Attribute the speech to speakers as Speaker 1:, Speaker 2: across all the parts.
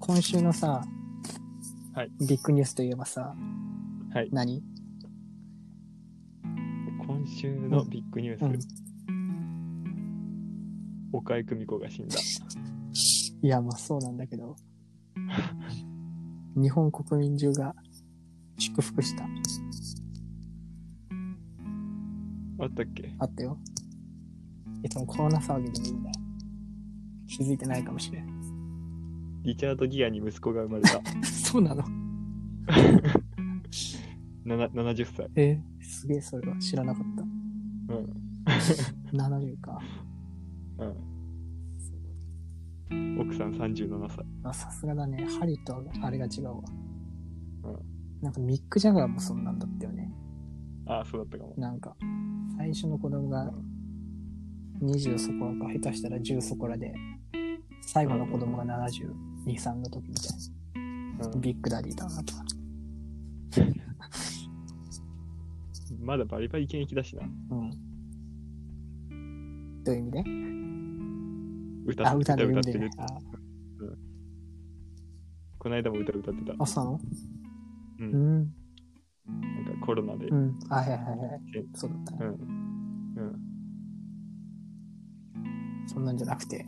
Speaker 1: 今週のさ、
Speaker 2: はい
Speaker 1: ビッグニュースといえばさ、
Speaker 2: はい
Speaker 1: 何
Speaker 2: 今週のビッグニュース、
Speaker 1: うん
Speaker 2: 岡井久美子が死んだ。
Speaker 1: いや、まあそうなんだけど、 日本国民中が祝福した。
Speaker 2: あったっけ
Speaker 1: あったよ。え、そのコロナ騒ぎでもいいんだよ。気づいてないかもしれん。
Speaker 2: リチャード・ギアに息子が生まれた。
Speaker 1: そうなの
Speaker 2: なな70歳。
Speaker 1: えーすげえそれは知らなかった。
Speaker 2: うん。
Speaker 1: 70か。
Speaker 2: うん。奥さん37歳。
Speaker 1: あさすがだね。ハリーとあれが違うわ。
Speaker 2: う
Speaker 1: なんかミック・ジャガーもそんなんだったよね。
Speaker 2: ああ、そうだったかも。
Speaker 1: なんか、最初の子供が20そこらか、下手したら10そこらで、最後の子供が72、3の時みたいな。
Speaker 2: う
Speaker 1: ビッグダディだなと。
Speaker 2: ん、まだバリバリ現役だしな。
Speaker 1: うん。どういう意味で
Speaker 2: 歌
Speaker 1: あ、歌で
Speaker 2: 歌
Speaker 1: 読ん
Speaker 2: 歌って
Speaker 1: で
Speaker 2: る
Speaker 1: ね。。あ
Speaker 2: この間も歌歌ってた。
Speaker 1: あ、そうなの
Speaker 2: う。
Speaker 1: うんん。
Speaker 2: なんかコロナで。
Speaker 1: うん。あ、はいはいはいはい。そうだったね。
Speaker 2: うん。うん。
Speaker 1: そんなんじゃなくて、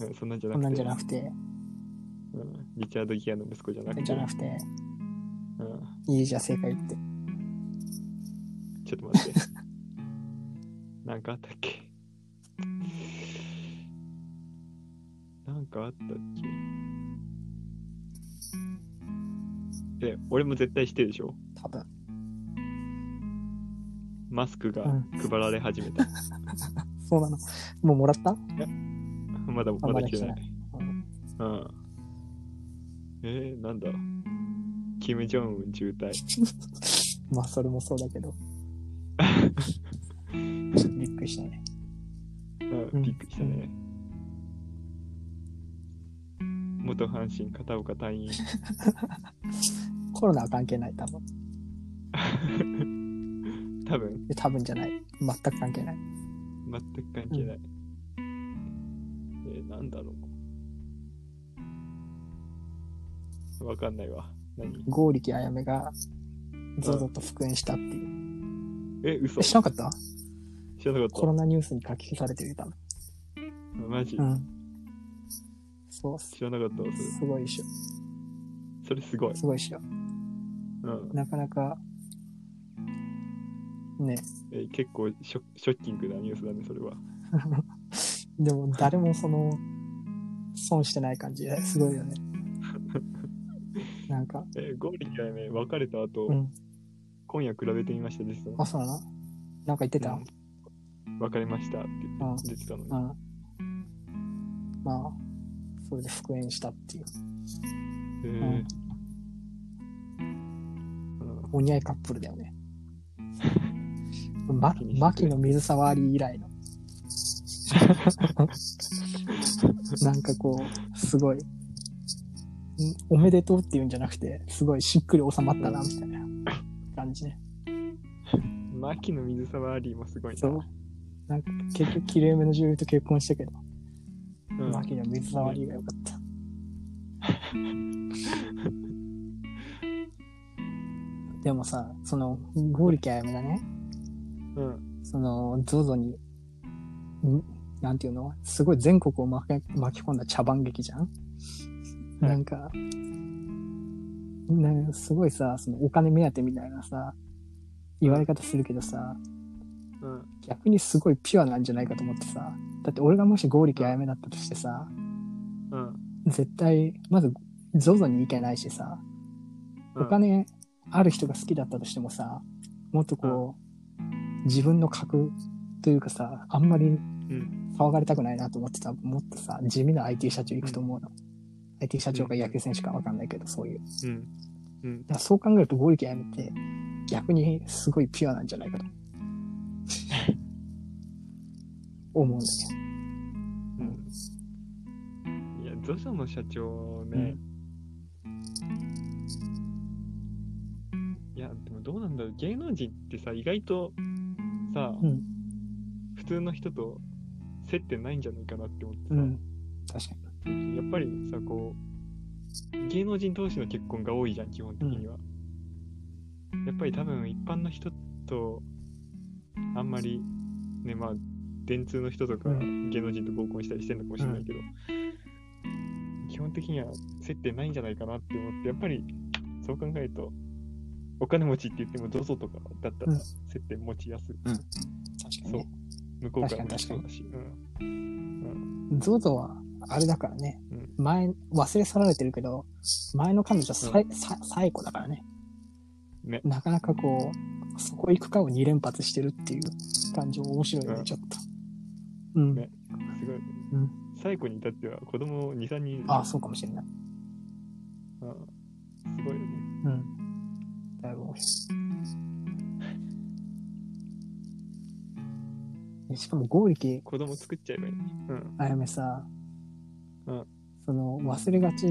Speaker 2: うん、そんなんじゃな
Speaker 1: そ
Speaker 2: く
Speaker 1: ん
Speaker 2: て。
Speaker 1: なんじゃなくて、
Speaker 2: うん、リチャード・ギアの息子じゃなくて。
Speaker 1: じゃなくて、
Speaker 2: うん。
Speaker 1: いいじゃん、正解言って。
Speaker 2: ちょっと 待って。なんかあったっけなんかあったっけえ、俺も絶対してるでしょ
Speaker 1: 多分。
Speaker 2: マスクが
Speaker 1: うん
Speaker 2: 配られ始 めた。
Speaker 1: そうなの。もうもらった
Speaker 2: まだ、ま
Speaker 1: ま
Speaker 2: だ
Speaker 1: だ
Speaker 2: 来てな
Speaker 1: 来
Speaker 2: い。
Speaker 1: うん
Speaker 2: うん。えー、なんだキム・ジョンウン渋滞。
Speaker 1: まあそれもそうだけどびっくりしたね
Speaker 2: うん
Speaker 1: うん
Speaker 2: びっくりしたね。元阪神片岡隊員。
Speaker 1: コロナは関係ない多分
Speaker 2: 多分
Speaker 1: で多分じゃない全く関係ない
Speaker 2: 全く関係ない。えー、なんだろう。わかんないわ。何
Speaker 1: 剛力あやめがゾゾと復縁したっていう、
Speaker 2: え、嘘
Speaker 1: え知
Speaker 2: 知
Speaker 1: らなかった
Speaker 2: ら
Speaker 1: コ
Speaker 2: なかっ
Speaker 1: ロナニュースに書き消されてるよ多分
Speaker 2: た。マジ、
Speaker 1: うんそうっす
Speaker 2: 知らなかったわ、それ。
Speaker 1: すごいっしょ
Speaker 2: それすごい。
Speaker 1: すごいっしょ
Speaker 2: うん。
Speaker 1: なかなかね
Speaker 2: えー結構ショショッキングなニュースだね、それは。
Speaker 1: でも誰もその損してない感じですごいよねなんか
Speaker 2: えー、ゴーリキャめ別れた後、
Speaker 1: うん
Speaker 2: 今夜比べてみました、実は
Speaker 1: あ。そうなのなんか言ってた、
Speaker 2: うん別れましたって言って出てたのに
Speaker 1: う。ん。まあ、それで復縁したっていう。
Speaker 2: えー
Speaker 1: うん
Speaker 2: うん
Speaker 1: お似合いカップルだよ ね。ま
Speaker 2: 気にしてくれ、
Speaker 1: 牧野水沢り以 来の。なんかこう、すごい、んおめでとうっていうんじゃなくて、すごいしっくり収まったな、みたいな感じ ね。
Speaker 2: 牧野水沢アリーもすごいな。
Speaker 1: そう。なんか結局、きれいめの女優と結婚したけど、
Speaker 2: うん
Speaker 1: 牧野水沢りが良か った。でもさ、その、ゴーリキャやめだね。
Speaker 2: うん。
Speaker 1: その、ゾゾに、んなんていうのすごい全国を巻き巻き込んだ茶番劇じゃん
Speaker 2: はい
Speaker 1: なんか、なんかすごいさ、そのお金目当てみたいなさ、言われ方するけどさ、
Speaker 2: うん。
Speaker 1: 逆にすごいピュアなんじゃないかと思ってさ、だって俺がもし剛力あやめだったとしてさ、
Speaker 2: うん。
Speaker 1: 絶対、まず、ゾゾに意見ないしさ、
Speaker 2: うん
Speaker 1: お金ある人が好きだったとしてもさもっとこう自分の格というかさあんまり
Speaker 2: ん
Speaker 1: 騒がれたくないなと思ってたもっとさ地味な IT 社長行くと思うの、IT 社長か野球選手かわかんないけどそういうだ
Speaker 2: うん。うん。
Speaker 1: からそう考えるとゴリキやめて逆にすごいピュアなんじゃない かと思うんだね
Speaker 2: うんいや、ゾゾの社長ね、いや、でもどうなんだろう、芸能人ってさ、意外とさ、
Speaker 1: うん
Speaker 2: 普通の人と接点ないんじゃないかなって思ってさ、
Speaker 1: うん確かに
Speaker 2: やっぱりさ、こう、芸能人同士の結婚が多いじゃん基本的には、やっぱり多分一般の人とあんまりねまあ電通の人とか
Speaker 1: う
Speaker 2: 芸能人と合コンしたりしてんのかもしれないけど、基本的には接点ないんじゃないかなって思ってやっぱりそう考えるとお金持ちって言っても ZOZO とかだった
Speaker 1: う
Speaker 2: ら
Speaker 1: ん
Speaker 2: 接点持ちやすい、
Speaker 1: 確かに
Speaker 2: そう
Speaker 1: ね。
Speaker 2: 向こうから
Speaker 1: 確かに
Speaker 2: そうだし、うん、
Speaker 1: ゾゾは、あれだからね、
Speaker 2: うん
Speaker 1: 前、忘れ去られてるけど、前の彼女さい、さ最後だからね。
Speaker 2: ね
Speaker 1: なかなかこう、そこ行くかを2連発してるっていう感情面白いよね、
Speaker 2: うん
Speaker 1: ちょっと。うん。
Speaker 2: ねすごい、
Speaker 1: うん
Speaker 2: 最後に至っては子供23人いる
Speaker 1: ああ、そうかもしれない。
Speaker 2: うんすごいよね
Speaker 1: うん。だいぶ面白い。えしかも、剛力
Speaker 2: 子供作っちゃえばいいのにうん
Speaker 1: あやめさ、
Speaker 2: うん
Speaker 1: その、忘れがち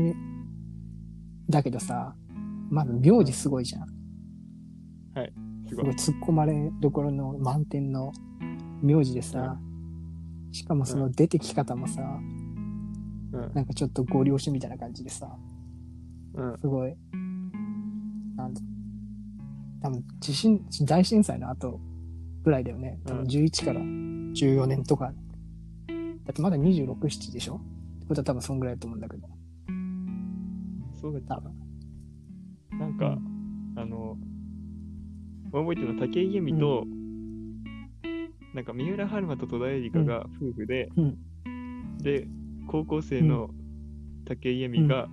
Speaker 1: だけどさ、まず名字すごいじゃん。
Speaker 2: す
Speaker 1: す
Speaker 2: ご
Speaker 1: ご
Speaker 2: い
Speaker 1: い突っ込まれどころの満点の名字でさ、しかもその出てき方もさ、
Speaker 2: うん
Speaker 1: なんかちょっとご了承みたいな感じでさ、
Speaker 2: うん
Speaker 1: すごい、なんだ、多分地震、大震災の後ぐらいだよね。多分
Speaker 2: うん
Speaker 1: 11から14年とか。だってまだ26、7でしょってことは多分そんぐらいだと思うんだけど。
Speaker 2: そうだっ
Speaker 1: 多分。
Speaker 2: たなんかあの覚えてるの武井由美と、なんか三浦春馬と戸田恵梨香が夫婦で、
Speaker 1: うん
Speaker 2: で高校生の武井由美が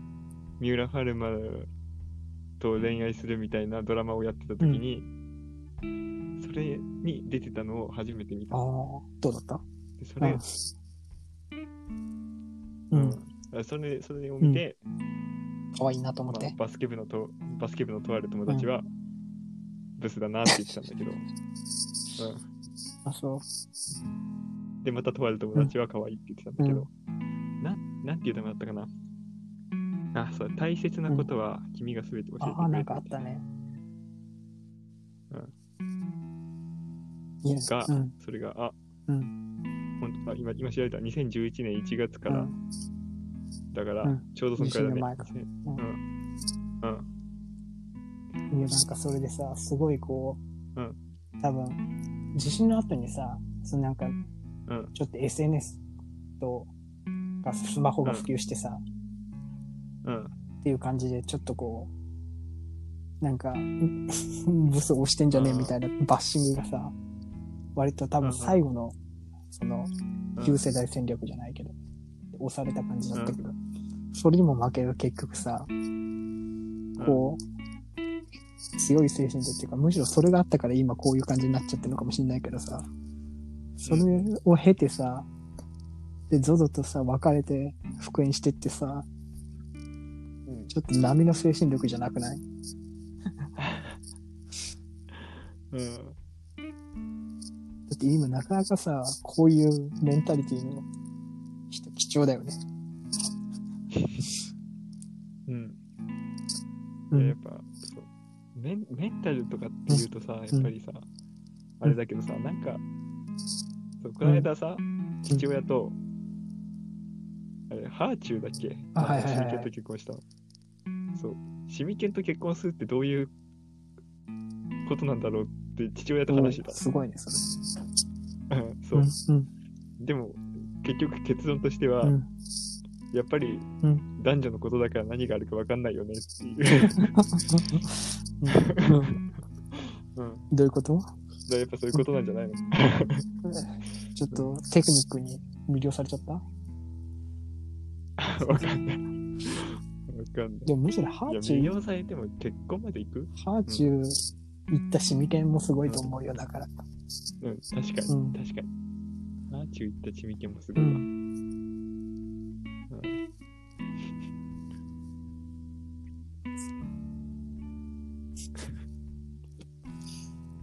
Speaker 2: 三浦春馬と恋愛するみたいなドラマをやってた時に、それに出てたのを初めて見た
Speaker 1: ああ、どうだった
Speaker 2: でそれ、
Speaker 1: う
Speaker 2: うん
Speaker 1: ん。
Speaker 2: あそれそれを見て、
Speaker 1: 可愛いなと思っ
Speaker 2: まあ
Speaker 1: て。
Speaker 2: バスケ部のとバスケ部のとある友達は、ブスだなって言ってた んだけど、う
Speaker 1: あ、そ
Speaker 2: ん、でまたとある友達は可愛いって言ってたんだけど、ななんていう名前だったかなあそう大切なことは君が全て教
Speaker 1: う。
Speaker 2: えてくれ
Speaker 1: あ
Speaker 2: た
Speaker 1: あ、なんかあったね。いや
Speaker 2: が
Speaker 1: うん。
Speaker 2: それがあ、
Speaker 1: うん。
Speaker 2: 本当だ今今調べた2011年1月から、
Speaker 1: うん
Speaker 2: だから、
Speaker 1: うん
Speaker 2: ちょうどそのくらいだね
Speaker 1: 地震の前か
Speaker 2: うんうん
Speaker 1: いや、なんかそれでさ、すごいこう、
Speaker 2: うん
Speaker 1: 多分、地震の後にさ、そのなんか、
Speaker 2: うん
Speaker 1: ちょっと SNS とかスマホが普及してさ、
Speaker 2: うん
Speaker 1: っていう感じで、ちょっとこう、なんか、 ブス押してんじゃねえみたいなバッシングがさ、割と多分最後の、その、
Speaker 2: うん
Speaker 1: 旧世代戦略じゃないけど、押された感じだったけど、それにも負ける結局さ、こう、強い精神でっていうか、むしろそれがあったから今こういう感じになっちゃってるのかもしれないけどさ、それを経てさ、で、ゾゾとさ、別れて復縁してってさ、
Speaker 2: うん
Speaker 1: ちょっと波の精神力じゃなくない
Speaker 2: うん
Speaker 1: だって今なかなかさ、こういうメンタリティの人貴重だよね。
Speaker 2: うん
Speaker 1: う
Speaker 2: でやっ
Speaker 1: ん。
Speaker 2: ぱそうメンメンタルとかっていうとさ、やっぱりさ、
Speaker 1: ん
Speaker 2: あれだけどさ、なんか、そうこの間さ、父親と、あれ、ハーチューだっけ
Speaker 1: あはいはいはい
Speaker 2: シミケンと結婚したの。そう、シミケンと結婚するってどういうことなんだろうって父親と話して
Speaker 1: すごいね、それ。
Speaker 2: た。うんそ
Speaker 1: う
Speaker 2: う、
Speaker 1: ん。
Speaker 2: でも、結局結論としては、
Speaker 1: うん。
Speaker 2: やっぱり
Speaker 1: うん
Speaker 2: 男女のことだから何があるか分かんないよねっていう。
Speaker 1: うんうん
Speaker 2: うん、
Speaker 1: どういうこと
Speaker 2: だからやっぱそういうことなんじゃないの
Speaker 1: ちょっとテクニックに魅了されちゃった
Speaker 2: わかんない。わかんない。
Speaker 1: でもむしろハ
Speaker 2: いや、
Speaker 1: ーチ
Speaker 2: 魅
Speaker 1: ュ
Speaker 2: 了されても結婚まで行く
Speaker 1: ー、ハーチュー行ったシミケンもすごいと思うよ、だから。
Speaker 2: うん、確かに、
Speaker 1: うん
Speaker 2: 確かに。アーチュー行ったちみけもすごいわ。
Speaker 1: う
Speaker 2: うん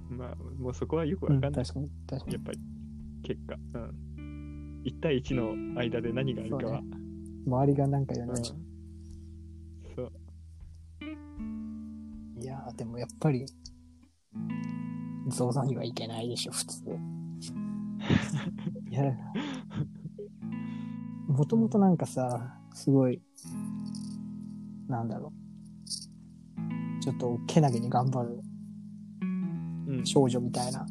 Speaker 2: まあ、もうそこはよくわ
Speaker 1: う
Speaker 2: かん
Speaker 1: ん、
Speaker 2: な
Speaker 1: 確
Speaker 2: い。
Speaker 1: かに、確か
Speaker 2: や
Speaker 1: に。
Speaker 2: っぱり、結果。うん。1対1の間で何があるかは。
Speaker 1: そう周りがなんか言わ
Speaker 2: う
Speaker 1: なんい。
Speaker 2: そう。
Speaker 1: いやー、でもやっぱり、ゾウさんにはいけないでしょ、普通。いや、もともとなんかさ、すごい、なんだろう。ちょっと、けなげに頑張る
Speaker 2: うん
Speaker 1: 少女みたいな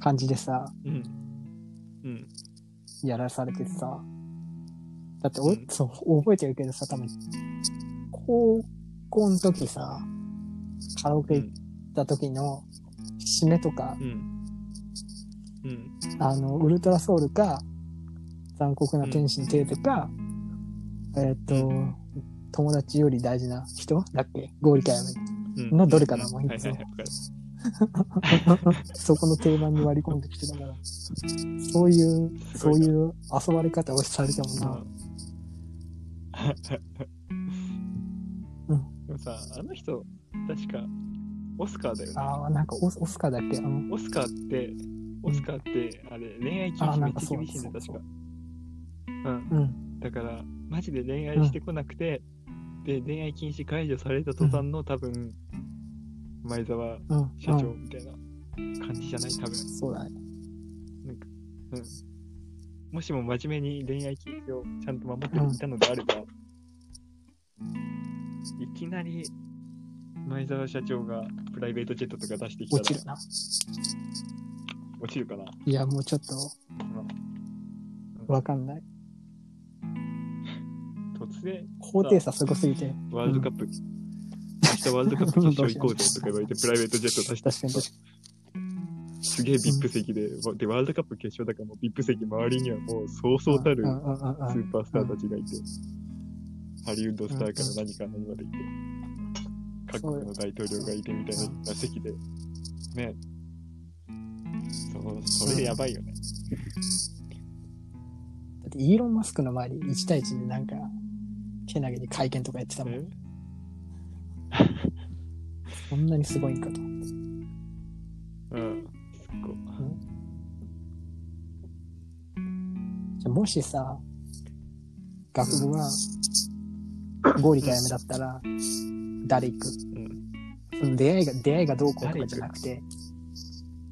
Speaker 1: 感じでさ、
Speaker 2: うんうん
Speaker 1: やらされてさ。だってお、
Speaker 2: うん
Speaker 1: そう、覚えてるけどさ、多分、高校の時さ、カラオケ行った時の締めとか、
Speaker 2: うんうん
Speaker 1: あの、ウルトラソウルか、残酷な天使のテーゼか、えーっ、
Speaker 2: う
Speaker 1: と、友達より大事な人だっけ合理解やめ
Speaker 2: うん
Speaker 1: のどれかな
Speaker 2: うん
Speaker 1: もういい
Speaker 2: はいはいはいわかる
Speaker 1: そこの定番に割り込んできてたから、そういう、
Speaker 2: す
Speaker 1: そ
Speaker 2: ご
Speaker 1: う
Speaker 2: いな
Speaker 1: いう遊ばれ方をされてもな、
Speaker 2: う
Speaker 1: うん
Speaker 2: でもさあの人確かオスカーだよね
Speaker 1: ああ、なんかオスオスカーだっけあの、
Speaker 2: オスカーってオスカーってあれ恋愛禁
Speaker 1: あ
Speaker 2: 止
Speaker 1: な
Speaker 2: めっ
Speaker 1: んか
Speaker 2: ちゃ
Speaker 1: そう
Speaker 2: 厳しいんだよ
Speaker 1: そう
Speaker 2: 確かう
Speaker 1: う
Speaker 2: ん
Speaker 1: ん、
Speaker 2: だからマジで恋愛してこなくて、で恋愛禁止解除された途端の多分前澤
Speaker 1: うん、う
Speaker 2: 社長
Speaker 1: ん、
Speaker 2: みたいな感じじゃない多分
Speaker 1: そうだね。
Speaker 2: もしも真面目に恋愛禁止をちゃんと守っていたのであれば、いきなり前澤社長がプライベートジェットとか出してきたら
Speaker 1: 落ちるな。
Speaker 2: 落ちるかない
Speaker 1: や、もうちょっと、わかんない。
Speaker 2: 突然
Speaker 1: 高低差すごすぎて。
Speaker 2: ワールドカップ、明日ワールドカップ決勝行こうぜとか言われてプライベートジェット出して
Speaker 1: 確かに確か
Speaker 2: すげえ VIP 席で、で、ワールドカップ決勝だからもう VIP 席周りにはもうそうそ
Speaker 1: に。
Speaker 2: うたる
Speaker 1: う
Speaker 2: ス
Speaker 1: んうんうんうんうん
Speaker 2: ーパースターたちがいて、ハリウッドスターから何から何までいて、各国の大統領がいてみたいな席で、ね、そう、それやばいよね。
Speaker 1: だってイーロン・マスクの前に1対1でなんか、けなげに会見とかやってたもん。
Speaker 2: ね
Speaker 1: そんなにすごいんかと。
Speaker 2: うん、すっごい。
Speaker 1: じゃあもしさ、学部が合理かやめだったら、誰行く
Speaker 2: うん、
Speaker 1: その出会いが、出会いがどうこうとかじゃなくて、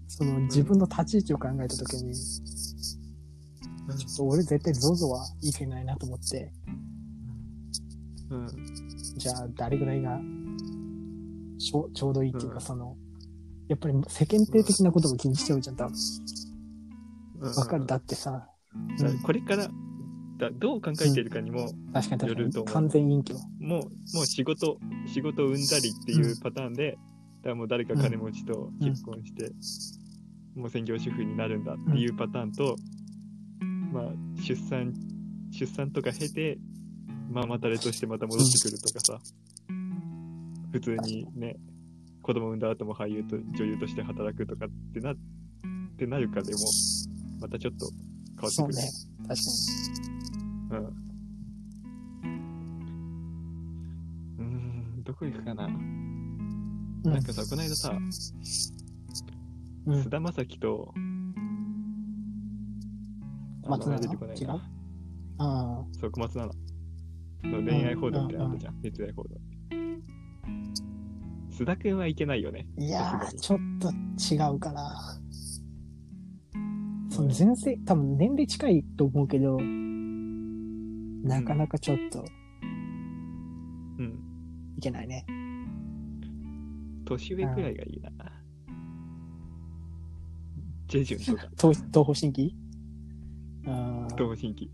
Speaker 1: その自分の立ち位置を考えたときに、ちょっと俺絶対 ZOZO はいけないなと思って、
Speaker 2: うん、
Speaker 1: じゃあ誰ぐらいがちょちょうどいいっていう
Speaker 2: うん
Speaker 1: か、その、やっぱり世間体的なことも気にしちゃうじゃん、多分。
Speaker 2: う
Speaker 1: わ
Speaker 2: ん。
Speaker 1: かる。だってさ、
Speaker 2: だこれから、だどう考えてるかにも、
Speaker 1: 確かに確
Speaker 2: やると
Speaker 1: か
Speaker 2: 思
Speaker 1: に。完
Speaker 2: う
Speaker 1: 全隠居。
Speaker 2: もう、もう仕事、仕事を産んだりっていうパターンで、だからもう誰か金持ちと結婚して、もう専業主婦になるんだっていうパターンと、まあ、出産、出産とか経て、ママタレとしてまた戻ってくるとかさ、普通にね、子供産んだ後も俳優と女優として働くとかってな、ってなるかでも、またちょっと変わって
Speaker 1: そう
Speaker 2: くる。
Speaker 1: ね。確かに。
Speaker 2: うん。うーん、どこ行くかな。
Speaker 1: うん
Speaker 2: なんかさ、この間さ、
Speaker 1: うん。
Speaker 2: 菅田将暉と、あ
Speaker 1: 松永
Speaker 2: 名前出てこない
Speaker 1: 違う
Speaker 2: な。
Speaker 1: あ
Speaker 2: そう、小松菜奈。の恋愛報道みたいなのあったじゃん、熱愛報道。須田くんはいけないよね。
Speaker 1: あ。いや
Speaker 2: さすが
Speaker 1: ー、
Speaker 2: に
Speaker 1: ちょっと違うかな。その全然、多分年齢近いと思うけど、なかなかちょっと
Speaker 2: うん。
Speaker 1: いけないね。
Speaker 2: 年上くらいがいいな。ジェジュン とか、
Speaker 1: 東東方神起ああ、
Speaker 2: 東方神起。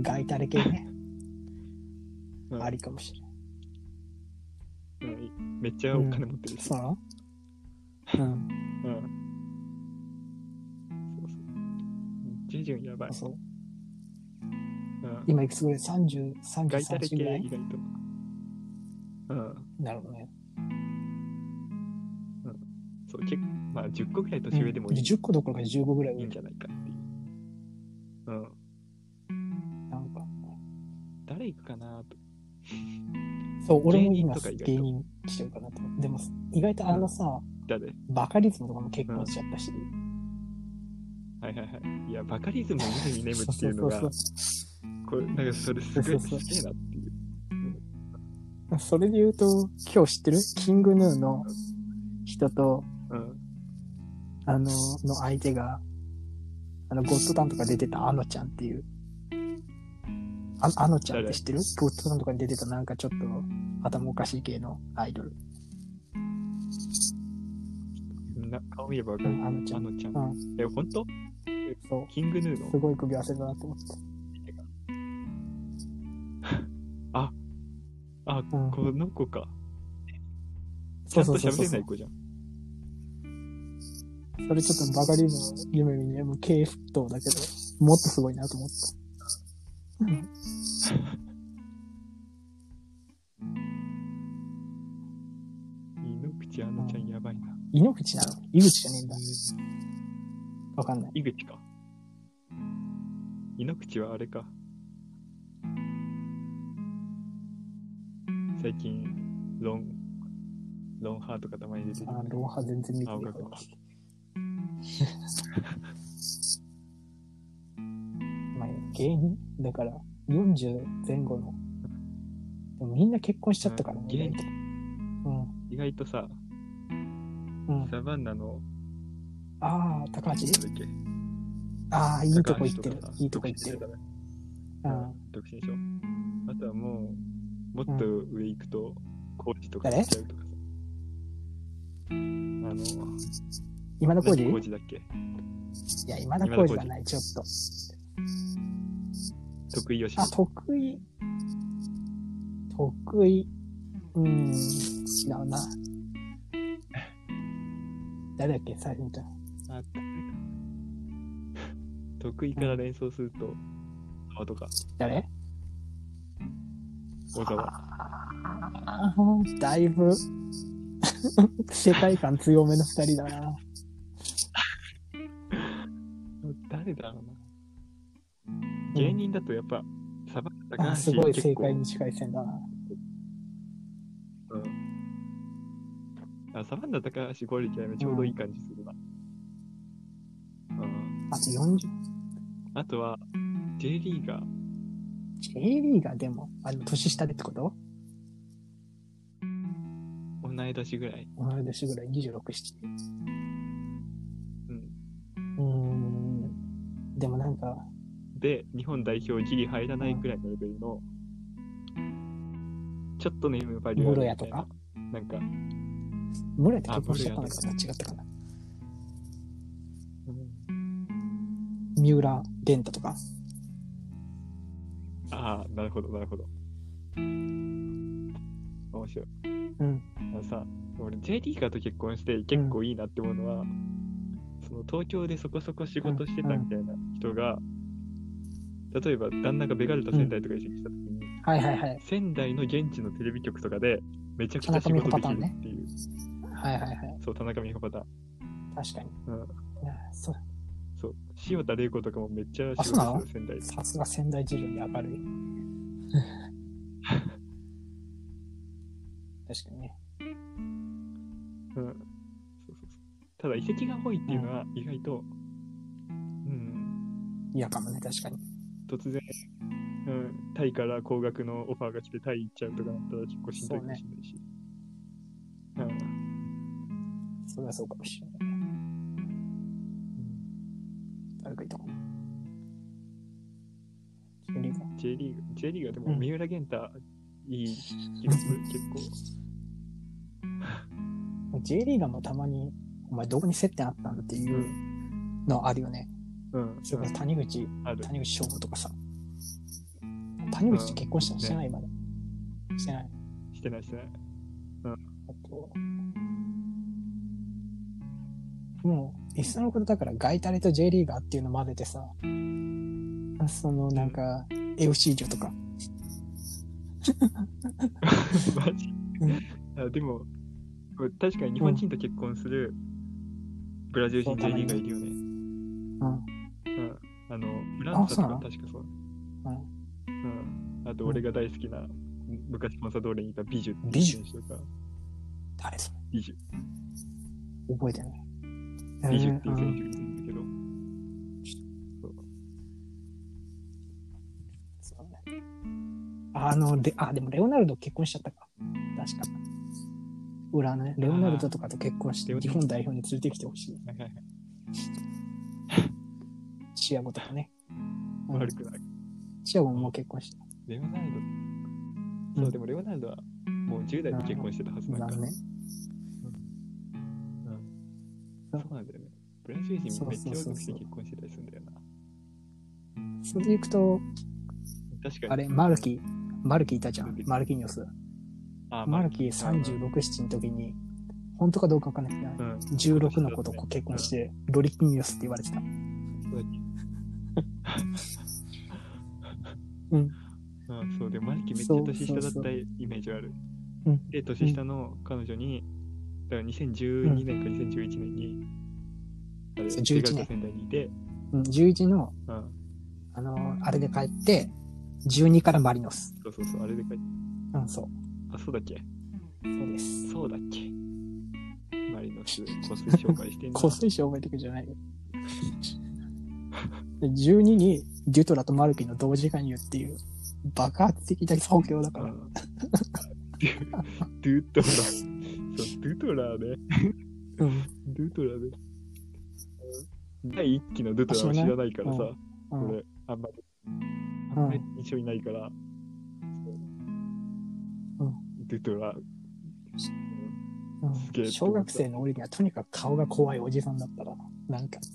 Speaker 1: 外タレ系ね。
Speaker 2: うん
Speaker 1: ありかもしれない。
Speaker 2: うんめっちゃお金持ってるし。
Speaker 1: そうなのうん。
Speaker 2: うん。そうそう。ジェジュンやばい。
Speaker 1: そう。
Speaker 2: うん。
Speaker 1: 今いくつぐらい ?30、
Speaker 2: ガイタレ
Speaker 1: 33
Speaker 2: 系
Speaker 1: ぐら
Speaker 2: 意
Speaker 1: い
Speaker 2: 外と。うん。
Speaker 1: なるほどね。
Speaker 2: そう、結構、まあ10個くらい年上でもいい,、
Speaker 1: うん10個どころか15ぐらい
Speaker 2: いい
Speaker 1: 上
Speaker 2: んじゃないかっていう。うん。
Speaker 1: なんか。
Speaker 2: 誰行くかなと。
Speaker 1: そう、俺も
Speaker 2: 芸人
Speaker 1: 今
Speaker 2: とか意外と
Speaker 1: 芸人しちゃうかなと思う。でも、意外とあのさ、
Speaker 2: 誰は
Speaker 1: バカリズムとかも結婚しちゃったし。
Speaker 2: いはいはい。いや、バカリズムを見ずに眠っていうのが、
Speaker 1: そうそう
Speaker 2: これ、なんかそれすごい、す
Speaker 1: そうそうそう
Speaker 2: げえなっていう。
Speaker 1: そうそれで言うと、今日知ってるキングヌーの人と、
Speaker 2: うん。
Speaker 1: あの、の相手が、あの、ゴッドタンとか出てたあのちゃんっていう、ああのちゃんって
Speaker 2: 誰
Speaker 1: 知ってるプートさんとかに出てたなんかちょっと頭おかしい系のアイドル。
Speaker 2: な顔見ればわか
Speaker 1: う
Speaker 2: る。
Speaker 1: ん、あのちゃ
Speaker 2: あ
Speaker 1: ん。
Speaker 2: のちゃん
Speaker 1: う。ん、
Speaker 2: え、ほんと
Speaker 1: そ
Speaker 2: キングヌー
Speaker 1: う。
Speaker 2: の
Speaker 1: すごい首汗だなと思って。
Speaker 2: あ、
Speaker 1: うん
Speaker 2: この子か。ち
Speaker 1: そう
Speaker 2: ゃ
Speaker 1: んそう
Speaker 2: と
Speaker 1: そうそう
Speaker 2: 喋れな
Speaker 1: そ。
Speaker 2: いう子じゃん。
Speaker 1: それちょっとバカリズムの夢見ね、もう経営沸騰だけど、もっとすごいなと思った。うん
Speaker 2: 井口あのちゃんやばいな。
Speaker 1: 井ノ口なの井口じゃねえんだ。わかんない。
Speaker 2: 井口か。井ノ口はあれか。最近、ロン、ロンハーとかたまに出てる。
Speaker 1: あローハ全然見てない
Speaker 2: あわか。
Speaker 1: まあ、芸人だから40前後の。でもみんな結婚しちゃったからね。
Speaker 2: 芸
Speaker 1: 意
Speaker 2: 人
Speaker 1: 外とうん。
Speaker 2: 意外とさ、
Speaker 1: うん。
Speaker 2: サバンナの、
Speaker 1: ああ、高橋
Speaker 2: なんだっけ
Speaker 1: ああ、いいとこ行ってる
Speaker 2: 高橋。さ
Speaker 1: いいとこ行ってる。
Speaker 2: 独身して
Speaker 1: う
Speaker 2: たね
Speaker 1: ん。
Speaker 2: 独身でしょ。あとはもう、もっと上行くと、コーチとか
Speaker 1: 誰
Speaker 2: しちゃうとかさ。あの、
Speaker 1: 今田
Speaker 2: コ
Speaker 1: 耕司
Speaker 2: ー
Speaker 1: い
Speaker 2: チだっけ
Speaker 1: や、今田耕司はない、ちょっと。
Speaker 2: 得意よし。
Speaker 1: あ、得意。得意。うーん、違うな。誰だっけ最初に見た。
Speaker 2: あったか 得意から連想すると、あとか、
Speaker 1: 誰
Speaker 2: 小沢。
Speaker 1: あーだいぶ、世界観強めの二人だな。
Speaker 2: 誰だろうな。芸人だとやっぱ、サバンナ
Speaker 1: あ
Speaker 2: 高
Speaker 1: ー
Speaker 2: 橋
Speaker 1: すごい
Speaker 2: 結
Speaker 1: 正
Speaker 2: 構
Speaker 1: 解に近い線だな。
Speaker 2: うんあサバンナ高橋ゴリキャちょうどいい感じするな。うん
Speaker 1: あと40。
Speaker 2: あとは、J リーガー。
Speaker 1: J リーがでも、あの、年下でってこと
Speaker 2: 同い年ぐらい。
Speaker 1: 同い年ぐらい26、7。
Speaker 2: うん、
Speaker 1: うーん。でもなんか、
Speaker 2: で、日本代表ギリ入らないぐらいのレベルの、ちょっとの夢バリューあるみたいな
Speaker 1: 室
Speaker 2: なんか、
Speaker 1: ムレって結婚しちゃったのかな違ったかな三浦玄太とか
Speaker 2: ああ、なるほど、なるほど。面白い。
Speaker 1: うん。
Speaker 2: あのさ、俺、J リーガーと結婚して結構いいなって思うのは、その東京でそこそこ仕事してたみたいな人が、例えば旦那がベガルタ仙台とかに移籍した時に、
Speaker 1: はいはいはい。
Speaker 2: 仙台の現地のテレビ局とかでめちゃくちゃ仕事できるっていう、
Speaker 1: はいはいはい。
Speaker 2: そう、田中美穂パタ
Speaker 1: 確かに。
Speaker 2: ーン。うん。
Speaker 1: いやそう
Speaker 2: そう、塩田玲子とかもめっちゃ仕
Speaker 1: あそうな
Speaker 2: 事
Speaker 1: の
Speaker 2: してる、仙台で。
Speaker 1: さすが仙台事情に明るい。確かにね。
Speaker 2: うんそうそうそうただ遺跡が多いっていうのは意外と、うん、
Speaker 1: 嫌かもね、確かに。
Speaker 2: 突然、うん、タイから高額のオファーが来てタイ行っちゃうとかなったら結構しんどいかもしれないし。うん
Speaker 1: それはそうかもしれないね。誰かいたかな。ジュリーが
Speaker 2: J リーグ、J リーグはで
Speaker 1: う
Speaker 2: も
Speaker 1: ん
Speaker 2: 三浦玄太、いい気がする、結構。
Speaker 1: J リーガーもたまに、お前どこに接点あったんっていうのあるよね。
Speaker 2: うん、
Speaker 1: それこそ谷口、
Speaker 2: ある。
Speaker 1: 谷口翔吾とかさ。谷口と結婚したの
Speaker 2: うん
Speaker 1: してないまだ。してない。
Speaker 2: してないしてない。
Speaker 1: あと、もう、いっそのことだから、ガイタレと J リーガーっていうの混ぜてさ、あその、なんか、FC 女とか、
Speaker 2: マジあでも、確かに日本人と結婚するブラジル人 J リーガーいるよね。
Speaker 1: うん、
Speaker 2: うんあの、フランス
Speaker 1: そ
Speaker 2: と
Speaker 1: うな
Speaker 2: か
Speaker 1: の
Speaker 2: 確かそう。
Speaker 1: うん、
Speaker 2: うん。あと、俺が大好きな、昔コンサドーレにいたビジュって
Speaker 1: ビジュ
Speaker 2: いう選手とか、
Speaker 1: 誰そ
Speaker 2: ビジュ、
Speaker 1: れ覚えてない。
Speaker 2: ビジュってい
Speaker 1: え
Speaker 2: う
Speaker 1: ーん
Speaker 2: 選手がいるんだけど、
Speaker 1: そうねあの、で、あ、でもレオナルド結婚しちゃったか。確か。裏のね、レオナルドとかと結婚し
Speaker 2: あ
Speaker 1: て、
Speaker 2: ー
Speaker 1: 日本代表に連れてきてほしい。
Speaker 2: はいはいはい
Speaker 1: チアゴとかね。うん
Speaker 2: 悪くない。
Speaker 1: チアゴももう結婚して。
Speaker 2: レオナルド、
Speaker 1: う
Speaker 2: そ
Speaker 1: ん
Speaker 2: う、でもレオナルドはもう10代で結婚してたはずだから。
Speaker 1: 残念。
Speaker 2: うんそうなんだよね。ブラジル人めっちゃ
Speaker 1: そうそうそう
Speaker 2: 多くて
Speaker 1: そう
Speaker 2: 結婚してたりするんだよな。
Speaker 1: それでいくと、
Speaker 2: 確かに。
Speaker 1: あれ、マルキ、マルキいたじゃん。マルキニョス。
Speaker 2: あ
Speaker 1: マルキ36、7の時に、本当かどうかわかんないけ
Speaker 2: う
Speaker 1: ど、
Speaker 2: ん。
Speaker 1: 16の子と結婚して、ドリキニョスって言われてた。
Speaker 2: そうだっけ
Speaker 1: うん。
Speaker 2: あ そうで、マルキめっちゃ
Speaker 1: そう
Speaker 2: 年下だっ
Speaker 1: そう
Speaker 2: た
Speaker 1: そう
Speaker 2: イメージはある。
Speaker 1: うん
Speaker 2: で、年下の彼女に、だから2012年か2011年に、あれ、
Speaker 1: そう
Speaker 2: 中
Speaker 1: 11
Speaker 2: 学
Speaker 1: 年
Speaker 2: 生仙台にいて、
Speaker 1: うん、11の、
Speaker 2: うん、
Speaker 1: あのーあれで帰って、12からマリノス。
Speaker 2: そうそうそう、あれで帰って、
Speaker 1: うん、そう。
Speaker 2: あ、そうだっけ
Speaker 1: そうです。
Speaker 2: そうだっけマリノス、個性紹介してんの。
Speaker 1: こっそりして覚えてくじゃないよ。で12にデュトラとマルキの同時加入っていう爆発的な創業だから、
Speaker 2: うんドゥドゥトラ。そう、ドゥトラね。
Speaker 1: うん
Speaker 2: ドゥトラね。第一期のドゥトラは知らないからさ、
Speaker 1: う
Speaker 2: こ
Speaker 1: ん
Speaker 2: れ、あんまり、あんまり印象にないから、ドゥトラ、
Speaker 1: うん
Speaker 2: すげえ
Speaker 1: 小学生の俺にはとにかく顔が怖いおじさんだったらなんかちょ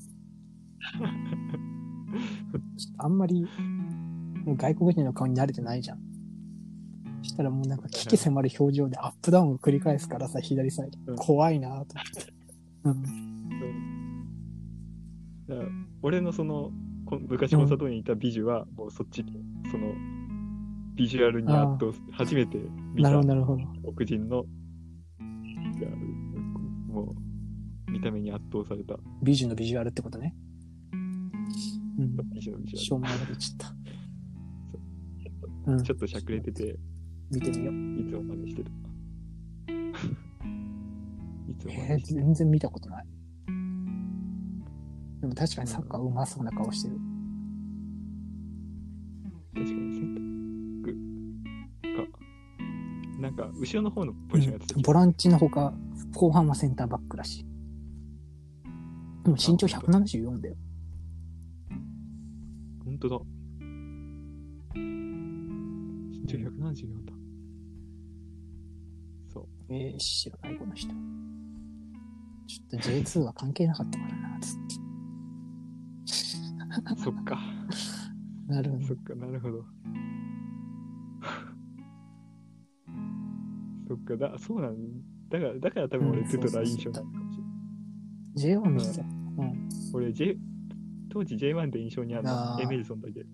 Speaker 1: っとあんまりもう外国人の顔に慣れてないじゃんそしたらもうなんか危機迫る表情でアップダウンを繰り返すからさ左サイド、
Speaker 2: うん
Speaker 1: 怖いなと思って、うん、
Speaker 2: だから俺のその、こ昔コンサートにいた美女は、もうそっち、その、ビジュアルに圧倒す、初めて見
Speaker 1: なるほ
Speaker 2: た
Speaker 1: どなるほど
Speaker 2: 黒人の、いやもう、見た目に圧倒された
Speaker 1: 美女のビジュアルってことねうん
Speaker 2: 美女のビジュアル
Speaker 1: しょうもないこと言っちゃったうん
Speaker 2: ちょっとしゃくれてて、
Speaker 1: 見てみよう
Speaker 2: いつも真似してた。 いつも真
Speaker 1: え
Speaker 2: 似
Speaker 1: ー、
Speaker 2: してた。
Speaker 1: 全然見たことない。でも確かにサッカーうまそうな顔してる。
Speaker 2: 確かにセンターが、なんか、後ろの方のポジションやってた
Speaker 1: うん
Speaker 2: 気
Speaker 1: ボ
Speaker 2: が。
Speaker 1: ランチのほか、後半はセンターバックらしい。でも身長174だよ。
Speaker 2: ほんとだ。身長174だ。 そう。
Speaker 1: えー、知らないこの人。ちょっと J2 は関係なかったからな、つって。
Speaker 2: そっか。
Speaker 1: なるほ
Speaker 2: そ
Speaker 1: ど。
Speaker 2: っか、なるほど。 そっか、だ、そうなんだ。から、だから多分俺、
Speaker 1: うん
Speaker 2: トゥトラ
Speaker 1: そうそう
Speaker 2: 印
Speaker 1: そ
Speaker 2: 象
Speaker 1: う
Speaker 2: なのかもしれない。
Speaker 1: J1 見てたよ。うん。
Speaker 2: 俺、J、当時 J1 で印象にある
Speaker 1: あ
Speaker 2: の
Speaker 1: ー
Speaker 2: エメルソンだけ。う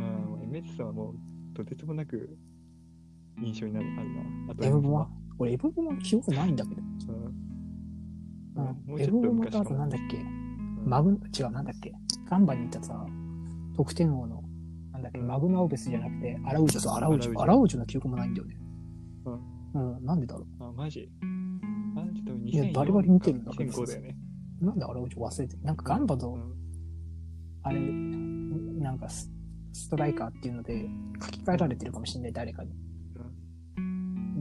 Speaker 2: ん、エメルソンはもうとてつもなく印象になるあるな。あと
Speaker 1: エブボマ俺エブボマ記憶ないんだけど。
Speaker 2: うん
Speaker 1: う
Speaker 2: も
Speaker 1: ん。
Speaker 2: う
Speaker 1: エ
Speaker 2: ち
Speaker 1: ブ
Speaker 2: ょっと
Speaker 1: ボマ
Speaker 2: 昔
Speaker 1: と
Speaker 2: か
Speaker 1: あとな
Speaker 2: も
Speaker 1: ん。だっけ
Speaker 2: うん
Speaker 1: マグ、違う、なんだっけ、ガンバにいたさ、得点王の、なんだっけ、
Speaker 2: うん
Speaker 1: マグナオベスじゃなくて、アラウジョ、そう、アラウジョ、ア
Speaker 2: ア
Speaker 1: ラ
Speaker 2: ラ
Speaker 1: ウジョの記憶もないんだよね。うん。なんでだろ
Speaker 2: あ、マジあ、ちょっと
Speaker 1: や
Speaker 2: 2004
Speaker 1: バリバリ見てるんだけど
Speaker 2: 2005だよね。
Speaker 1: う。なんでアラウジョ忘れて、なんかガンバ
Speaker 2: う
Speaker 1: と、
Speaker 2: ん
Speaker 1: あれ、なんかス、ストライカーっていうので、書き換えられてるかもしれない、誰かに。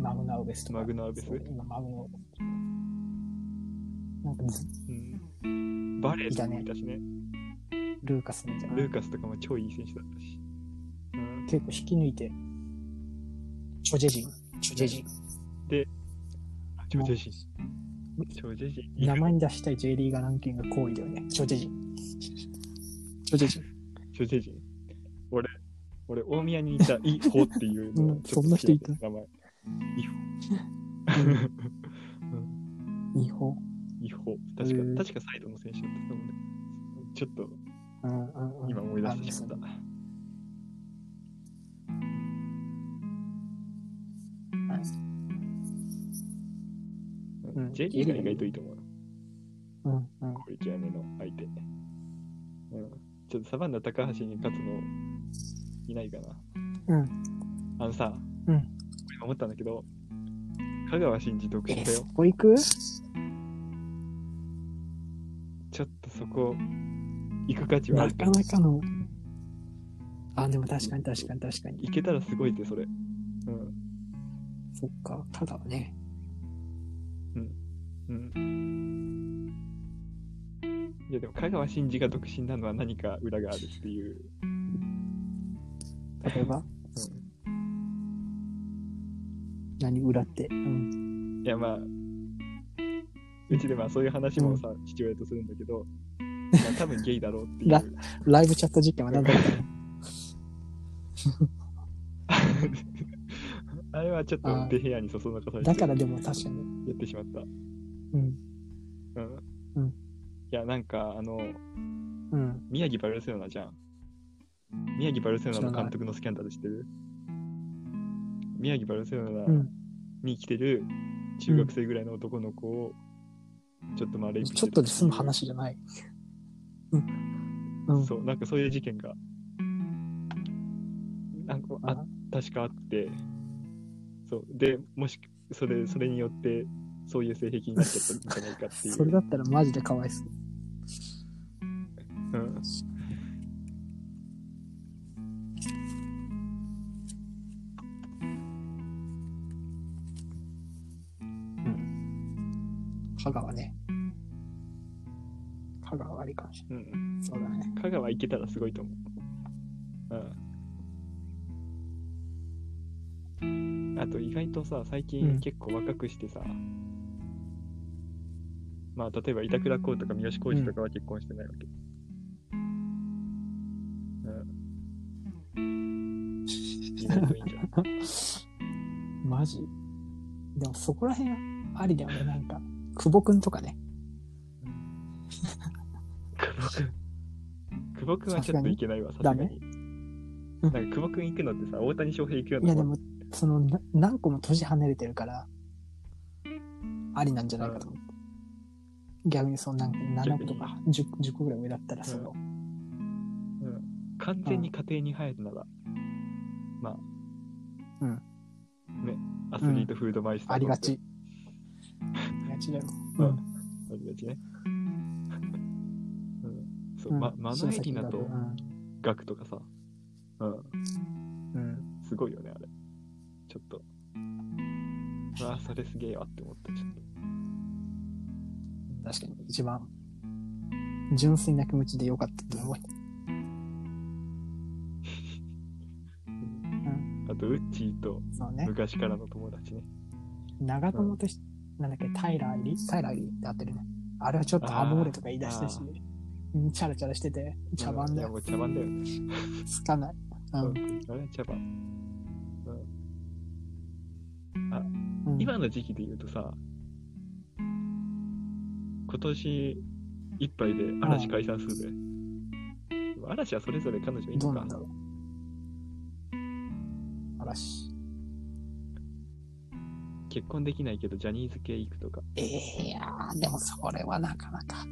Speaker 1: マグナウベスとか。
Speaker 2: マグナウベス
Speaker 1: そう今、マグナウなんかず、
Speaker 2: うんバレーとかもいたしね。
Speaker 1: ルーカスみたいな。
Speaker 2: ルーカスとかも超いい選手だったし。うん
Speaker 1: 結構引き抜いて、チョジェジン、チョジェジン。
Speaker 2: あジョジェジン。ジョジェジン。
Speaker 1: 名前に出したい J リーガーランキング好位だよね。チョジェジン。チョジェジン。
Speaker 2: 女性陣俺、俺、大宮にいたイホっていうの
Speaker 1: うん
Speaker 2: ちょっと
Speaker 1: そんな人いた
Speaker 2: 名前。イホ。
Speaker 1: 違法。
Speaker 2: イホ。
Speaker 1: へ
Speaker 2: 確
Speaker 1: ー
Speaker 2: か、確かサイドの選手だったと思うんだけどちょっと
Speaker 1: うんうんうん。
Speaker 2: 今思い出してしまった。
Speaker 1: う
Speaker 2: うんん J リーが意外といいと思う。
Speaker 1: うんうん。
Speaker 2: こういう極めの相手。うん。ちょっとサバンナ高橋に勝つのいないかな。
Speaker 1: うん。
Speaker 2: あのさ、
Speaker 1: うん
Speaker 2: 俺今思ったんだけど、香川真司独身
Speaker 1: え、
Speaker 2: だよ
Speaker 1: そ。こ行く
Speaker 2: ちょっとそこ、行く価値はあ
Speaker 1: な
Speaker 2: ると
Speaker 1: か
Speaker 2: 思う
Speaker 1: なかの。あ、でも確かに確かに確かに。
Speaker 2: 行けたらすごいって、それ。うん。
Speaker 1: そっか、ただね。
Speaker 2: うん。いや、でも、香川真司が独身なのは何か裏があるっていう。
Speaker 1: 例えば、何裏って。うん。
Speaker 2: いやまあうちでまあそういう話もさ、父親とするんだけ ど、まあ、多分ゲイだろうってい
Speaker 1: ラ
Speaker 2: う
Speaker 1: ライブチャット実験は何だったの
Speaker 2: あれはちょっとデヘアにそそのかされ
Speaker 1: だ
Speaker 2: て
Speaker 1: か
Speaker 2: や
Speaker 1: らでも確かに。
Speaker 2: ってしまった
Speaker 1: うん。
Speaker 2: うん、
Speaker 1: うん
Speaker 2: いやなんかあの
Speaker 1: うん。
Speaker 2: 宮城バルセロナじゃん宮城バルセロナの監督のスキャンダル知ってる宮城バルセロ
Speaker 1: う
Speaker 2: ナ
Speaker 1: ん。
Speaker 2: に来てる中学生ぐらいの男の子をちょっとまあレイプして
Speaker 1: ちょっとで済む話じゃない。うん。うん。
Speaker 2: そうなんかそういう事件がなんかあ
Speaker 1: あ
Speaker 2: 確かあってそうでもしそれそれによってそういう性癖になっちゃったんじゃないかっていう
Speaker 1: それだったらマジでかわいそう。
Speaker 2: うん、
Speaker 1: 香川ね。香川はありかもし
Speaker 2: うん、
Speaker 1: れない。そうだね。
Speaker 2: 香川行けたらすごいと思ううんあと意外とさ最
Speaker 1: う
Speaker 2: 近
Speaker 1: ん
Speaker 2: 結構若くしてさ、まあ例えば板倉滉とか三好浩二とかは結婚してないわけ、うん、意外といいんじ ゃない
Speaker 1: マジでもそこら辺ありだ よね。なんか、久保くんとかね。
Speaker 2: 久保君久保君はちょっといけないわ、さすが
Speaker 1: さすが
Speaker 2: に。
Speaker 1: に
Speaker 2: なんか久保君行くのってさ、大谷翔平行くよう
Speaker 1: い
Speaker 2: な
Speaker 1: や
Speaker 2: も
Speaker 1: で
Speaker 2: ん
Speaker 1: も、その、な何個も年離れてるから、ありなんじゃないかと思って。逆にそのなんか7個とか 10, 10個ぐらい上だったら、その、
Speaker 2: 完全に家庭に入るなら、まあ、
Speaker 1: うん
Speaker 2: ね、アスリートフードマイスター、
Speaker 1: ありがち。。ありがちだよ。
Speaker 2: う
Speaker 1: うんん。
Speaker 2: ありがちね。 うん、そう、
Speaker 1: うん
Speaker 2: ま、マナエリナと
Speaker 1: うん
Speaker 2: ガクとかさ、うん、
Speaker 1: うん。
Speaker 2: すごいよね、あれ。ちょっと。うわあ、それすげえわって思った、ちょっと。
Speaker 1: 確かに、一番、純粋な気持ちでよかったと思う。ん
Speaker 2: あと、ウッチーと
Speaker 1: そうね。
Speaker 2: 昔からの友達ね。
Speaker 1: 長友とし、なんだっけ、タイラー入りタイラー入りって合ってるね。あれはちょっとアモーレとか言い出したし
Speaker 2: あ、
Speaker 1: うんチャラチャラしてて、茶番だ
Speaker 2: うんいや
Speaker 1: よ
Speaker 2: も。う茶番だよね。
Speaker 1: つかない。う。
Speaker 2: うんん、あれは茶番。
Speaker 1: うん
Speaker 2: 今の時期で言うとさ、今年いっぱいで嵐解散するで。でも嵐はそれぞれ彼女いい
Speaker 1: どう
Speaker 2: のか
Speaker 1: なんだろう。嵐。
Speaker 2: 結婚できないけどジャニーズ系行くとか。
Speaker 1: ええいやー、でもそれはなかなか。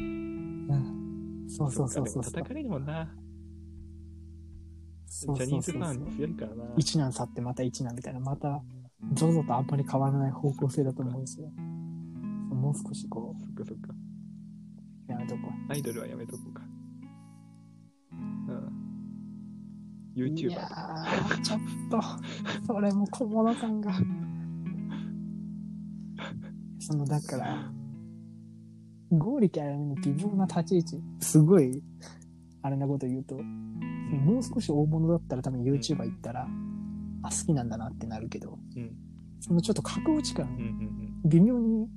Speaker 1: うん。そうそうそうそう
Speaker 2: っか
Speaker 1: そ
Speaker 2: でも叩か
Speaker 1: う。
Speaker 2: れるもんな。ジ
Speaker 1: そう
Speaker 2: ャ
Speaker 1: そ
Speaker 2: ニー
Speaker 1: う
Speaker 2: ズ
Speaker 1: そ
Speaker 2: フ
Speaker 1: うそ
Speaker 2: ァ
Speaker 1: う。
Speaker 2: ン強いからな。
Speaker 1: 一難去ってまた一難みたいな、また、ゾゾとあんまり変わらない方向性だと思うんですよ。もう少しこ
Speaker 2: そっかそっか。
Speaker 1: う、やめとこ
Speaker 2: アイドルはやめとこうか。うん。
Speaker 1: う。い
Speaker 2: YouTuber と
Speaker 1: や
Speaker 2: か。
Speaker 1: ー、ちょっと、それも小物感が。その、だから、ゴーリキャラの微妙な立ち位置、すごい、あれなこと言うと、もう少し大物だったら多分 YouTuber 行ったら、あ、好きなんだなってなるけど、
Speaker 2: うん。
Speaker 1: そのちょっと格落ち感
Speaker 2: うんうん
Speaker 1: 微妙に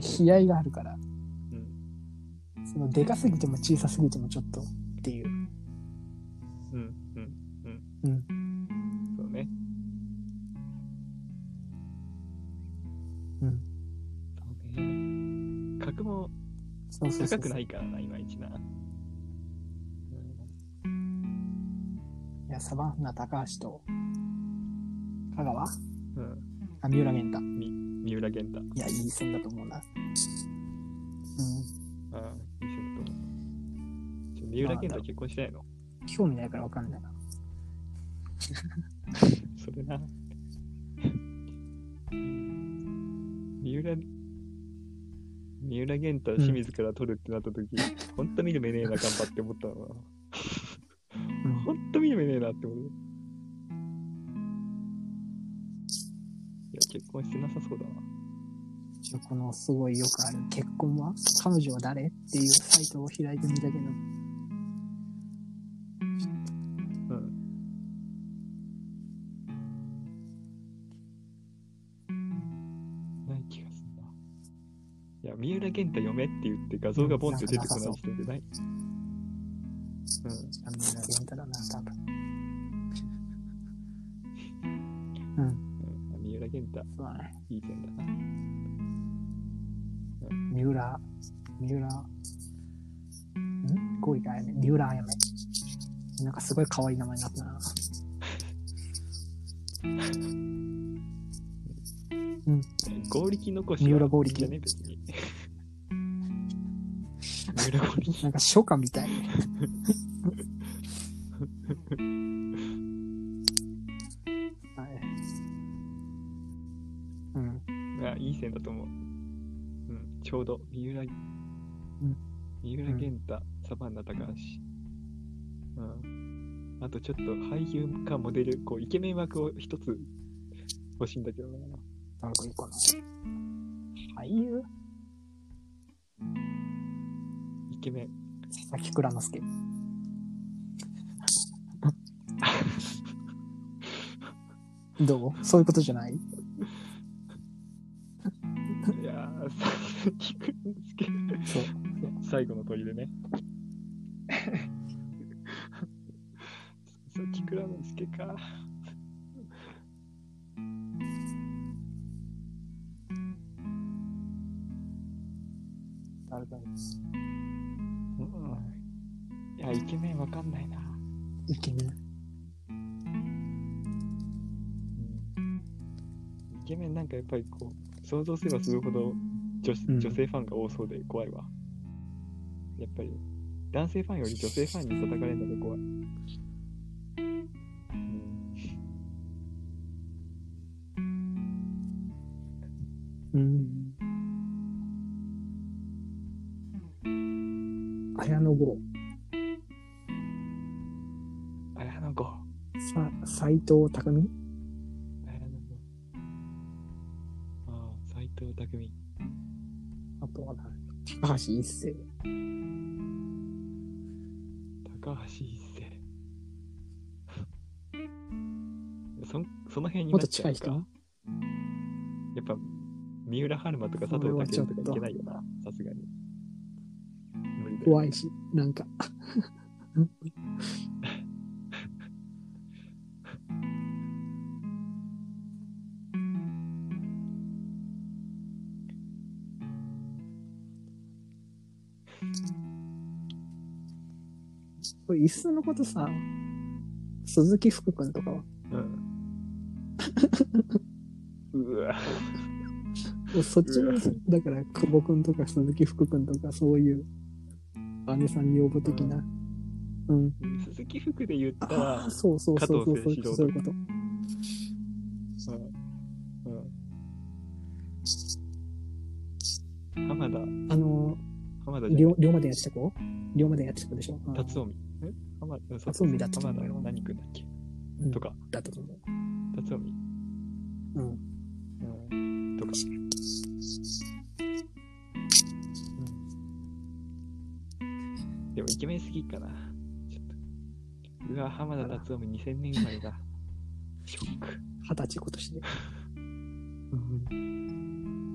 Speaker 1: その悲哀があるから、
Speaker 2: うん。うん
Speaker 1: そのでかすぎても小さすぎてもちょっとっていう。
Speaker 2: うんうん
Speaker 1: うん。
Speaker 2: そうね。
Speaker 1: うん。
Speaker 2: そうね。格も
Speaker 1: そうそうそ
Speaker 2: 高
Speaker 1: う
Speaker 2: く
Speaker 1: そう。
Speaker 2: ないいからな、いまいちな。うん
Speaker 1: や、サバンナ高橋と、香川
Speaker 2: うん。
Speaker 1: あ、三浦玄太。
Speaker 2: 三浦玄太。
Speaker 1: いや、いい線だと思うな。うん。
Speaker 2: ああ、いい人だと思う。ちょ三浦玄太結婚してないの
Speaker 1: 興味ないからわかんないな。
Speaker 2: それな。三浦、三浦玄太清水から取るってなった時、ほんと見る目ねえな、頑張って思ったのな。
Speaker 1: うん
Speaker 2: ほんと見る目ねえなって思う。いや、結婚してなさそうだな。
Speaker 1: 一応このすごいよくある結婚は彼女は誰っていうサイトを開いてみたけど、
Speaker 2: うん。いや、三浦玄太読めって言って画像がボンって出てこない時点でない。
Speaker 1: あみんな元太だな、多分。うん、
Speaker 2: うん。うん三浦玄太、
Speaker 1: そうだね。
Speaker 2: いい線だな。
Speaker 1: 三浦、三浦、んゴリラやめ、三浦あやめ。なんかすごい可愛い名前になったな。
Speaker 2: 合力残しは
Speaker 1: 三浦合力
Speaker 2: いいんじゃね別に。三浦合力。
Speaker 1: なんか初夏みたい。はい。うん。
Speaker 2: あ、いい線だと思う。うん、ちょうど、三浦、三浦玄太、サバンナ高橋。うん。あとちょっと俳優かモデル、こう、イケメン枠を一つ欲しいんだけどな。
Speaker 1: 誰かいいかな。俳優
Speaker 2: イケメン。
Speaker 1: 佐々木蔵之介。どうそういうことじゃない
Speaker 2: いやー、さ聞くんですけ
Speaker 1: そう。
Speaker 2: ど、最後の鳥 でね。さっきくらのすけか。
Speaker 1: 誰か
Speaker 2: うん。いや、イケメンわかんないな。
Speaker 1: イケメン。
Speaker 2: イケメンなんかやっぱりこう想像すればするほど女,、
Speaker 1: うん
Speaker 2: 女性ファンが多そうで怖いわやっぱり男性ファンより女性ファンに叩かれるのが怖い、うん
Speaker 1: うん。綾野剛、
Speaker 2: あやの子あ
Speaker 1: さ斎藤匠
Speaker 2: やの子ああ斎藤匠
Speaker 1: あとは誰高橋一生。
Speaker 2: 高橋一生 そんその辺に
Speaker 1: もっと
Speaker 2: なっちゃ
Speaker 1: 近
Speaker 2: う
Speaker 1: い
Speaker 2: か
Speaker 1: 人
Speaker 2: やっぱ三浦春馬とか佐藤健とかいけないよなさすがに無理だよ
Speaker 1: 怖いし、なんか。 これ、いっそのことさ、鈴木福君とかは、
Speaker 2: うん うわ
Speaker 1: そっち
Speaker 2: う
Speaker 1: の
Speaker 2: わ、
Speaker 1: だから、久保君とか鈴木福君とか、そういう、姉さん女房的な、うん、
Speaker 2: 鈴木福で言ったら
Speaker 1: ああ、、そうそうそうそう
Speaker 2: 加藤清史
Speaker 1: そう
Speaker 2: 郎
Speaker 1: そういうこと。
Speaker 2: うんうん、浜田
Speaker 1: あの
Speaker 2: 浜田
Speaker 1: ー、
Speaker 2: じ
Speaker 1: 龍
Speaker 2: ゃ
Speaker 1: 馬でやってた子龍馬でやってた子でしょ
Speaker 2: ない辰臣え浜田
Speaker 1: 辰臣だったと
Speaker 2: 浜
Speaker 1: 思う
Speaker 2: 田
Speaker 1: よ
Speaker 2: の何君だっけ、
Speaker 1: うん
Speaker 2: とか
Speaker 1: だったと思
Speaker 2: 辰臣、
Speaker 1: う。うん。
Speaker 2: うん、とかでもイケメンすぎっかなちょっとうわ浜田辰臣2000年生まれだショック
Speaker 1: 二十歳今年で。うん。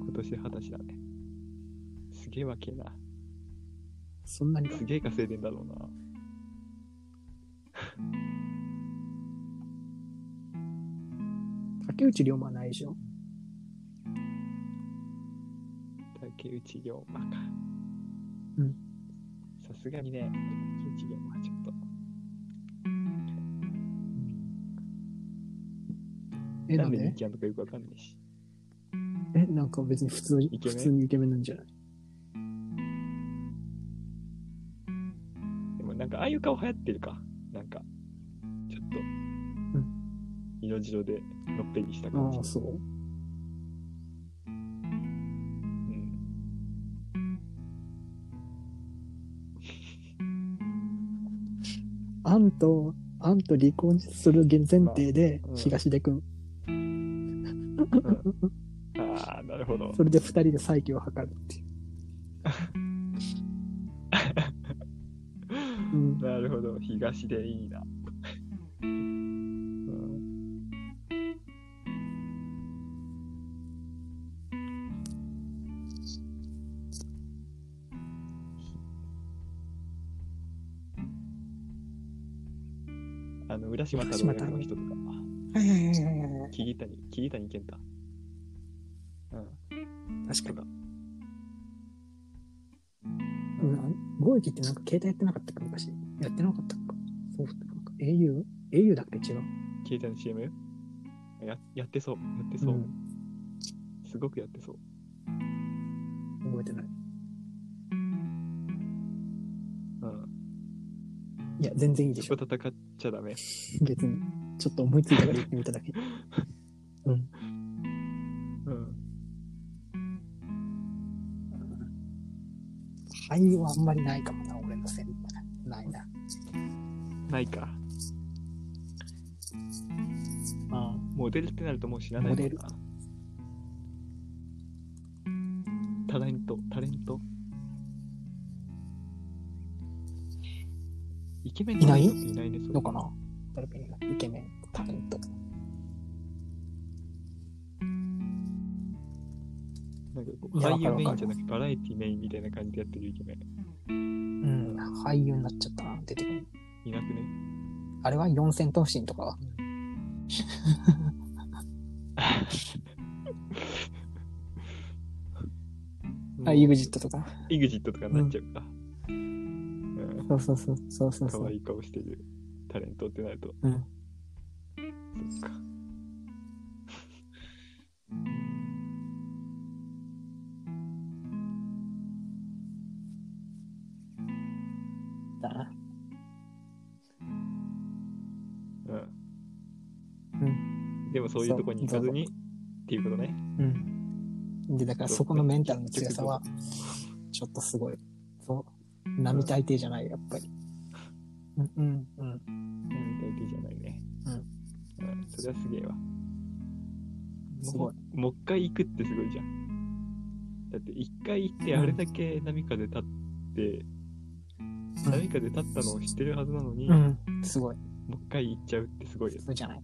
Speaker 2: 今年で二十歳だねすげえわけえな
Speaker 1: そんなにか
Speaker 2: す。げえ稼いでんだろうな。
Speaker 1: 竹内龍馬はないでしょ
Speaker 2: 竹内涼真か。
Speaker 1: うん。
Speaker 2: さすがにね、竹内涼真はちょっと。
Speaker 1: え、
Speaker 2: な
Speaker 1: なんん
Speaker 2: で
Speaker 1: で
Speaker 2: 人気あんのかよくわかんないし。
Speaker 1: え、なんか別に普通
Speaker 2: イ
Speaker 1: に、
Speaker 2: ケメ
Speaker 1: 普
Speaker 2: ン
Speaker 1: 通にイケメンなんじゃない
Speaker 2: でもなんか、ああいう顔流行ってるか。なんか、ちょっと、色白でのっぺりした感じ。
Speaker 1: ああ、そう。
Speaker 2: うん。
Speaker 1: アンと、アンと離婚する前提で
Speaker 2: まあうん、
Speaker 1: 東出くん。
Speaker 2: ああ、なるほど。
Speaker 1: それで二人で再起を図るっていう。うん。
Speaker 2: なるほど。東でいいな。うん。浦島太郎役の人とか、
Speaker 1: はいはいはいはいはいはい。
Speaker 2: 桐谷、桐谷健太。うん。
Speaker 1: 確か
Speaker 2: と
Speaker 1: に。
Speaker 2: か。
Speaker 1: うん、貿易ってなんか携帯やってなかったか昔。やってなかったか。ソフトバンク。au?au だっけ違う。
Speaker 2: 携帯の CM? ややってそう、やってそう、
Speaker 1: ん。
Speaker 2: すごくやってそう。
Speaker 1: 覚えてない。
Speaker 2: うん。
Speaker 1: いや、全然いいでし
Speaker 2: そ
Speaker 1: ょ。
Speaker 2: こ戦っちゃダメ。
Speaker 1: 別に。ちょっと思いついたから言ってみただけ。
Speaker 2: うん。
Speaker 1: 俳優はあんまりないかもな、俺のせいないな。
Speaker 2: ないか。
Speaker 1: あ
Speaker 2: モデルってなるともう知らないもん
Speaker 1: モデル
Speaker 2: な。タレント、タレント。イケメン
Speaker 1: いない
Speaker 2: タレントっていないね、そ
Speaker 1: ど
Speaker 2: う
Speaker 1: うかな誰かいるかイケメン、タレント。
Speaker 2: なんかこう
Speaker 1: いや
Speaker 2: 俳優メ
Speaker 1: わかるわかる
Speaker 2: インじゃなくてバラエティメインみたいな感じでやってるイケメン。
Speaker 1: うん、俳優になっちゃったな、出てくる。
Speaker 2: いなくね。
Speaker 1: あれは四千頭身とかはあ、イグジットとか。
Speaker 2: イグジットとかになっちゃうか。うん
Speaker 1: そうそうそう、そうそう
Speaker 2: 可
Speaker 1: そう。
Speaker 2: 愛い顔してるタレントってなると。
Speaker 1: うん。
Speaker 2: そっか。
Speaker 1: だな。
Speaker 2: うん。
Speaker 1: う
Speaker 2: でもそういうとこに行かずにっていうことね。
Speaker 1: うん。で、だからそこのメンタルの強さは、ちょっとすごい。そう。並大抵じゃない、やっぱり。うん、うん、うん。
Speaker 2: うん、大体じゃないね。うん。それはすげえわ。
Speaker 1: すごい。
Speaker 2: もう一回行くってすごいじゃん。だって一回行ってあれだけ波風立って、波風立ったのを知ってるはずなのに、
Speaker 1: う
Speaker 2: も
Speaker 1: ん、すごい。
Speaker 2: う一回行っちゃうってすごいよね。
Speaker 1: そうじゃない。